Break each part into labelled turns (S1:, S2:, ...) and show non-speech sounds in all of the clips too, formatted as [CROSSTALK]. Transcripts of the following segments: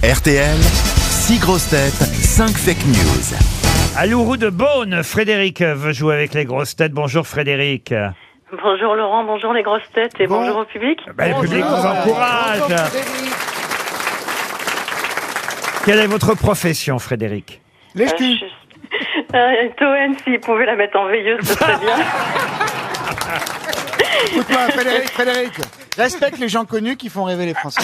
S1: RTL, 6 grosses têtes, 5 fake news.
S2: À Lourou de Beaune, Frédéric veut jouer avec les grosses têtes. Bonjour Frédéric. Bah,
S3: Bonjour Laurent, bonjour les grosses têtes et
S4: Bon.
S3: bonjour au public.
S2: Ben, le public vous encourage. Quelle est votre profession, Frédéric
S3: Euh,
S4: L'écu.
S3: je- [LAUGHS] Euh, Toen, s'il pouvait la mettre en veilleuse, ce serait
S2: [LAUGHS]
S3: bien.
S4: Écoute-moi, Frédéric, Frédéric. Respecte les gens connus qui font rêver les [LAUGHS] Français.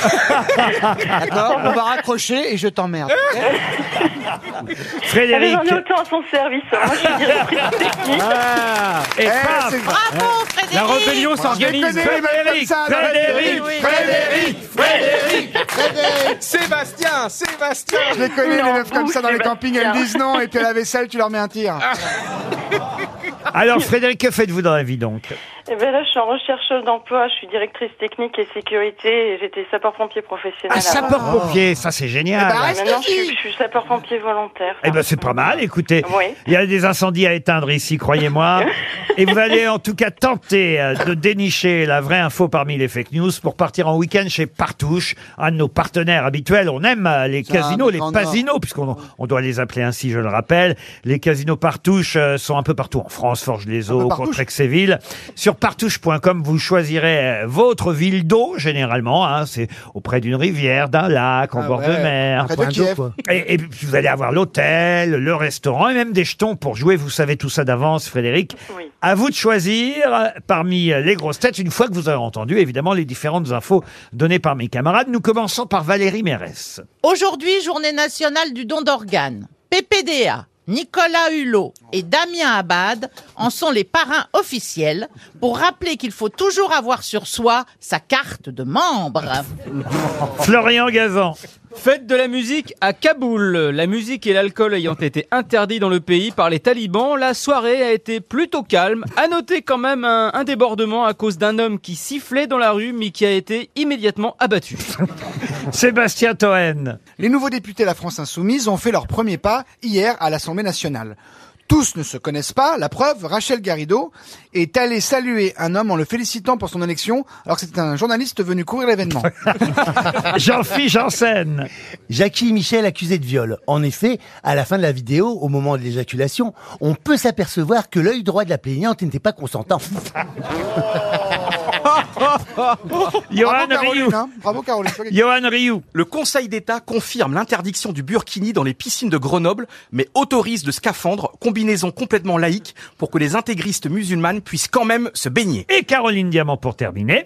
S4: D'accord On va raccrocher et je t'emmerde.
S3: Allez,
S2: Frédéric
S3: J'en ai autant à son service. hein. Moi, je suis
S2: [LAUGHS]
S3: directrice technique.
S2: et
S4: Eh,
S2: paf
S4: c'est-
S2: La rébellion s'organise.
S4: Je les connais, les mecs comme
S2: Frédéric,
S4: ça, dans la
S2: Frédéric,
S4: vie.
S2: Frédéric.
S4: [LAUGHS] Frédéric,
S5: Sébastien, Sébastien
S4: Je les connais, les
S3: Non,
S4: meufs comme
S3: vous,
S4: ça dans les
S3: Sébastien.
S4: campings, elles disent non, et puis à la vaisselle, tu leur mets un tir.
S2: Alors Frédéric, que faites-vous dans la vie donc
S3: Eh ben là, je suis en rechercheuse d'emploi. Je suis directrice technique et sécurité. et J'étais sapeur-pompier professionnel.
S2: Ah, sapeur-pompier, ça c'est génial.
S4: Eh ben, reste-
S3: Maintenant, je suis, je suis sapeur-pompier volontaire.
S2: Eh ben c'est pas mal, écoutez.
S3: Oui.
S2: Il y a des incendies à éteindre ici, croyez-moi. Et vous allez en tout cas tenter euh, de dénicher la vraie info parmi les fake news pour partir en week-end chez Partouche, un de nos partenaires habituels. On aime euh, les
S4: Ça,
S2: casinos,
S4: mais
S2: les
S4: grand
S2: casinos, puisqu'on on doit les appeler ainsi, je le rappelle. Les casinos Partouche euh, sont un peu partout en France, Forge-les-Eaux,
S4: Partouche.
S2: Contrexéville. Sur partouche.com, vous choisirez euh, votre ville d'eau, généralement. hein. c'est auprès d'une rivière, d'un lac, en
S4: Ah
S2: bord de
S4: ouais,
S2: mer.
S4: près de Kiev.
S2: Et, et puis vous allez avoir l'hôtel, le restaurant et même des jetons pour jouer. Vous savez tout ça d'avance, Frédéric.
S3: Oui.
S2: À vous de choisir euh, parmi les grosses têtes, une fois que vous aurez entendu évidemment les différentes infos données par mes camarades. Nous commençons par Valérie Mérès.
S6: Aujourd'hui, journée nationale du don d'organes. PPDA, Nicolas Hulot et Damien Abad en sont les parrains officiels pour rappeler qu'il faut toujours avoir sur soi sa carte de membre.
S2: Florian Gazan.
S5: Fête de la musique à Kaboul. La musique et l'alcool ayant été interdits dans le pays par les talibans, la soirée a été plutôt calme. À noter quand même un, un débordement à cause d'un homme qui sifflait dans la rue mais qui a été immédiatement abattu.
S2: Sébastien Toen.
S4: Les nouveaux députés de la France Insoumise ont fait leur premier pas hier à l'Assemblée nationale. Tous ne se connaissent pas, la preuve, Rachel Garrido est allée saluer un homme en le félicitant pour son élection, alors que c'était un journaliste venu courir l'événement.
S2: Jean-Philippe Janssen.
S7: Jackie et Michel accusés de viol. En effet, à la fin de la vidéo, au moment de l'éjaculation, on peut s'apercevoir que l'œil droit de la plaignante n'était pas consentant.
S2: Johan
S4: Bravo Caroline,
S2: Rioux.
S4: hein. Bravo Caroline. Sois-
S2: [LAUGHS] Johan Rioux.
S8: Le Conseil d'État confirme l'interdiction du burkini dans les piscines de Grenoble, mais autorise le scaphandre, combinaison complètement laïque, pour que les intégristes musulmanes puissent quand même se baigner.
S2: Et Caroline Diamant pour terminer.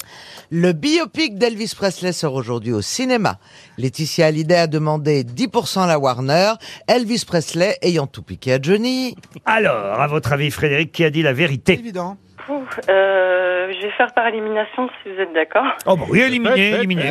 S9: Le biopic d'Elvis Presley sort aujourd'hui au cinéma. Laetitia Hallyday a demandé 10% à la Warner, Elvis Presley ayant tout piqué à Johnny.
S2: Alors, à votre avis, Frédéric, qui a dit la vérité
S4: Évident.
S3: Ouh, euh, je vais faire par élimination, si vous êtes d'accord.
S2: Oh, bah oui, éliminé, éliminé.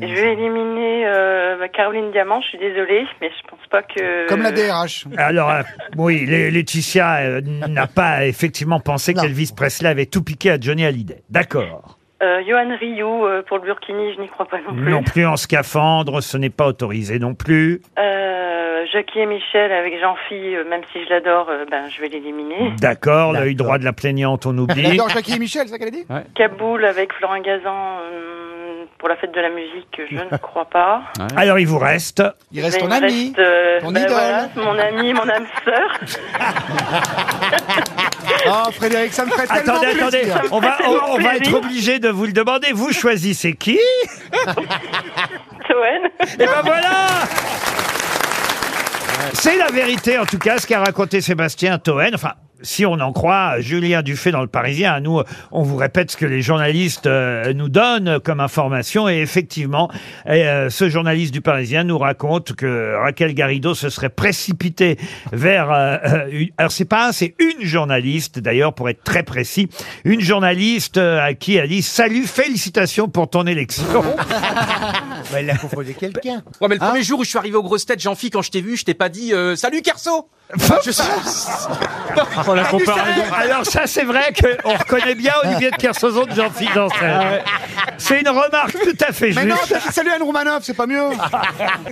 S3: Je vais éliminer euh, bah, Caroline Diamant. Je suis désolée, mais je pense pas que.
S4: Comme la DRH.
S2: Alors, euh, oui, Lé- Laetitia euh, n'a pas effectivement pensé
S9: Non.
S2: qu'Elvis Presley avait tout piqué à Johnny Hallyday. D'accord.
S3: Euh, Johan Rioux euh, pour le Burkini, je n'y crois pas non plus.
S2: Non plus en scaphandre, ce n'est pas autorisé non plus.
S3: Euh, Jackie et Michel avec Jean-Phi, euh, même si je l'adore, euh, ben, je vais l'éliminer.
S2: D'accord, l'œil
S7: D'accord.
S2: droit de la plaignante, on
S4: Elle
S2: oublie.
S4: adore Jackie et Michel, c'est ça qu'elle a dit
S3: Kaboul avec Florent Gazan euh, pour la fête de la musique, je ne crois pas.
S2: Alors, il vous reste.
S4: Il [LAUGHS] reste
S3: Mais
S4: ton
S3: il me
S4: ami.
S3: reste, euh,
S4: ton
S3: ben
S4: idole.
S3: voilà, mon ami, mon
S4: [LAUGHS]
S3: âme sœur.
S4: Oh Frédéric, ça me ferait tellement
S2: Attendez,
S4: plaisir.
S2: attendez, on va, on, on va être obligé de vous le demander. Vous choisissez qui
S3: Toen.
S2: Et ben voilà C'est la vérité, en tout cas, ce qu'a raconté Sébastien Toen. Enfin, si on en croit Julien Dufay dans Le Parisien, nous, on vous répète ce que les journalistes euh, nous donnent comme information. Et effectivement, euh, ce journaliste du Parisien nous raconte que Raquel Garrido se serait précipitée vers... euh, euh, une- alors, c'est pas un, c'est une journaliste, d'ailleurs, pour être très précis. Une journaliste euh, à qui elle dit « Salut, félicitations pour ton élection ». [LAUGHS]
S7: Bah, elle a proposé quelqu'un.
S8: Ouais, mais le premier jour où je suis arrivé aux grosses têtes, Jean-Phi, quand je t'ai vu, je t'ai pas dit euh, Salut Carso Je suis-
S2: Pour la comparaison. Ah, Alors ça, c'est vrai qu'on reconnaît bien Olivier de Kersauzon de Jean-Philippe Janssen. C'est une remarque tout à fait
S4: Mais non,
S2: juste.
S4: t'as dit salut Anne Roumanoff, c'est pas mieux.
S3: Ah,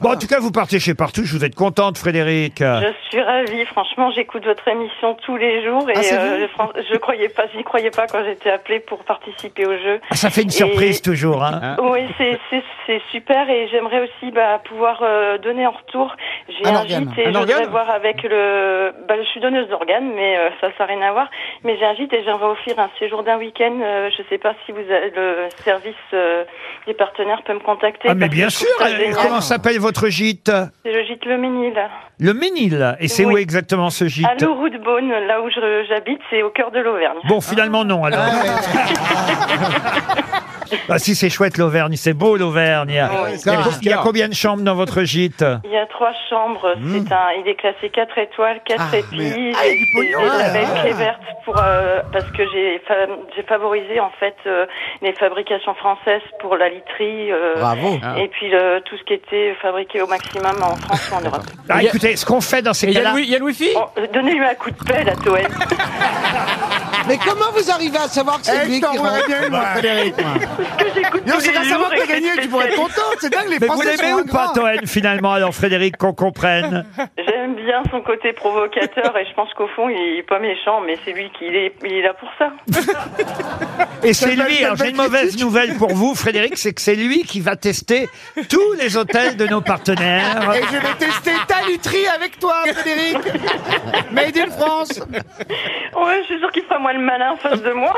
S2: Bon, en tout cas, vous partez chez Partouche, vous êtes contente, Frédéric.
S4: Ah.
S3: Je suis ravie, franchement, j'écoute votre émission tous les jours et
S4: Ah,
S3: euh,
S4: c'est vrai
S3: je, fran- je croyais pas, j'y croyais pas quand j'étais appelée pour participer au jeu.
S2: Ah, ça fait une
S3: Et-
S2: surprise toujours. Hein.
S3: Oui, c'est- c'est c'est su- super et j'aimerais aussi bah, pouvoir euh, donner en retour. J'ai
S4: Un
S3: un,
S4: organe.
S3: gîte et
S8: Un
S3: je
S8: organe
S3: voudrais voir avec le. Bah, je suis donneuse d'organes, mais euh, ça, ça n'a rien à voir. Mais j'ai un gîte et j'aimerais offrir un séjour d'un week-end. Euh, je sais pas si vous avez le service euh, des partenaires peut me contacter.
S2: Ah mais
S3: parce que
S2: bien
S3: je
S2: sûr.
S3: trouve ça
S2: euh,
S3: génial.
S2: Comment s'appelle votre gîte
S3: C'est le gîte Le Ménil.
S2: Le Ménil. Et c'est où
S3: Oui.
S2: exactement ce gîte
S3: À Louroute-Beaune, là où je- j'habite, c'est au cœur de l'Auvergne.
S2: Bon, finalement, non, alors. [LAUGHS] Bah, si c'est chouette l'Auvergne, c'est beau l'Auvergne.
S3: Oui.
S2: Il y a- Il y a combien de chambres dans votre gîte Ah,
S3: Il y a trois chambres. C'est un, il est classé 4 étoiles, 4 épis.
S4: Hmm. Ah, il y a du
S3: et-
S4: pognon,
S3: et
S4: là,
S3: la belle
S4: là.
S3: clé verte pour euh, parce que j'ai fa- j'ai favorisé en fait euh, les fabrications françaises pour la literie euh,
S9: Bravo.
S4: Ah.
S3: et puis euh, tout ce qui était fabriqué au maximum en France ou en Europe.
S2: Ah,
S5: Il y a-
S2: Écoutez, ce qu'on fait dans
S5: Et
S2: ces
S5: il y a
S2: cas-là.
S5: le wi- il y a le wifi
S3: Bon, euh, Donnez-lui un coup de pelle à Toen.
S9: Mais comment vous arrivez à savoir que c'est
S4: Eh,
S9: lui
S4: je
S9: qui rend
S4: t'envoierais bien une, moi, Frédéric, moi.
S3: J'écoute
S4: [LAUGHS] Non,
S3: tous
S4: c'est
S3: les
S4: grâce à
S3: jours
S4: moi que
S3: et
S4: t'as
S3: je
S4: gagné,
S3: suis
S4: tu pourrais être
S3: spéciale.
S4: contente, c'est dingue, les
S2: Mais vous
S4: Français
S2: l'aimez
S4: sont
S2: ou pas,
S4: ingrats.
S2: Toen, finalement Alors, Frédéric, qu'on comprenne.
S3: J'aime bien son côté provocateur et je pense qu'au fond il est pas méchant, mais c'est lui qui il est, il est là pour ça.
S2: Et c'est lui,
S4: belle-
S2: alors j'ai une
S4: belle
S2: mauvaise nouvelle pour vous, Frédéric, c'est que c'est lui qui va tester tous les hôtels de nos partenaires.
S4: Et je vais tester ta lutterie avec toi,
S2: [LAUGHS]
S4: Frédéric. Made in France.
S3: Ouais, je suis sûre qu'il fera moins le malin en face de moi.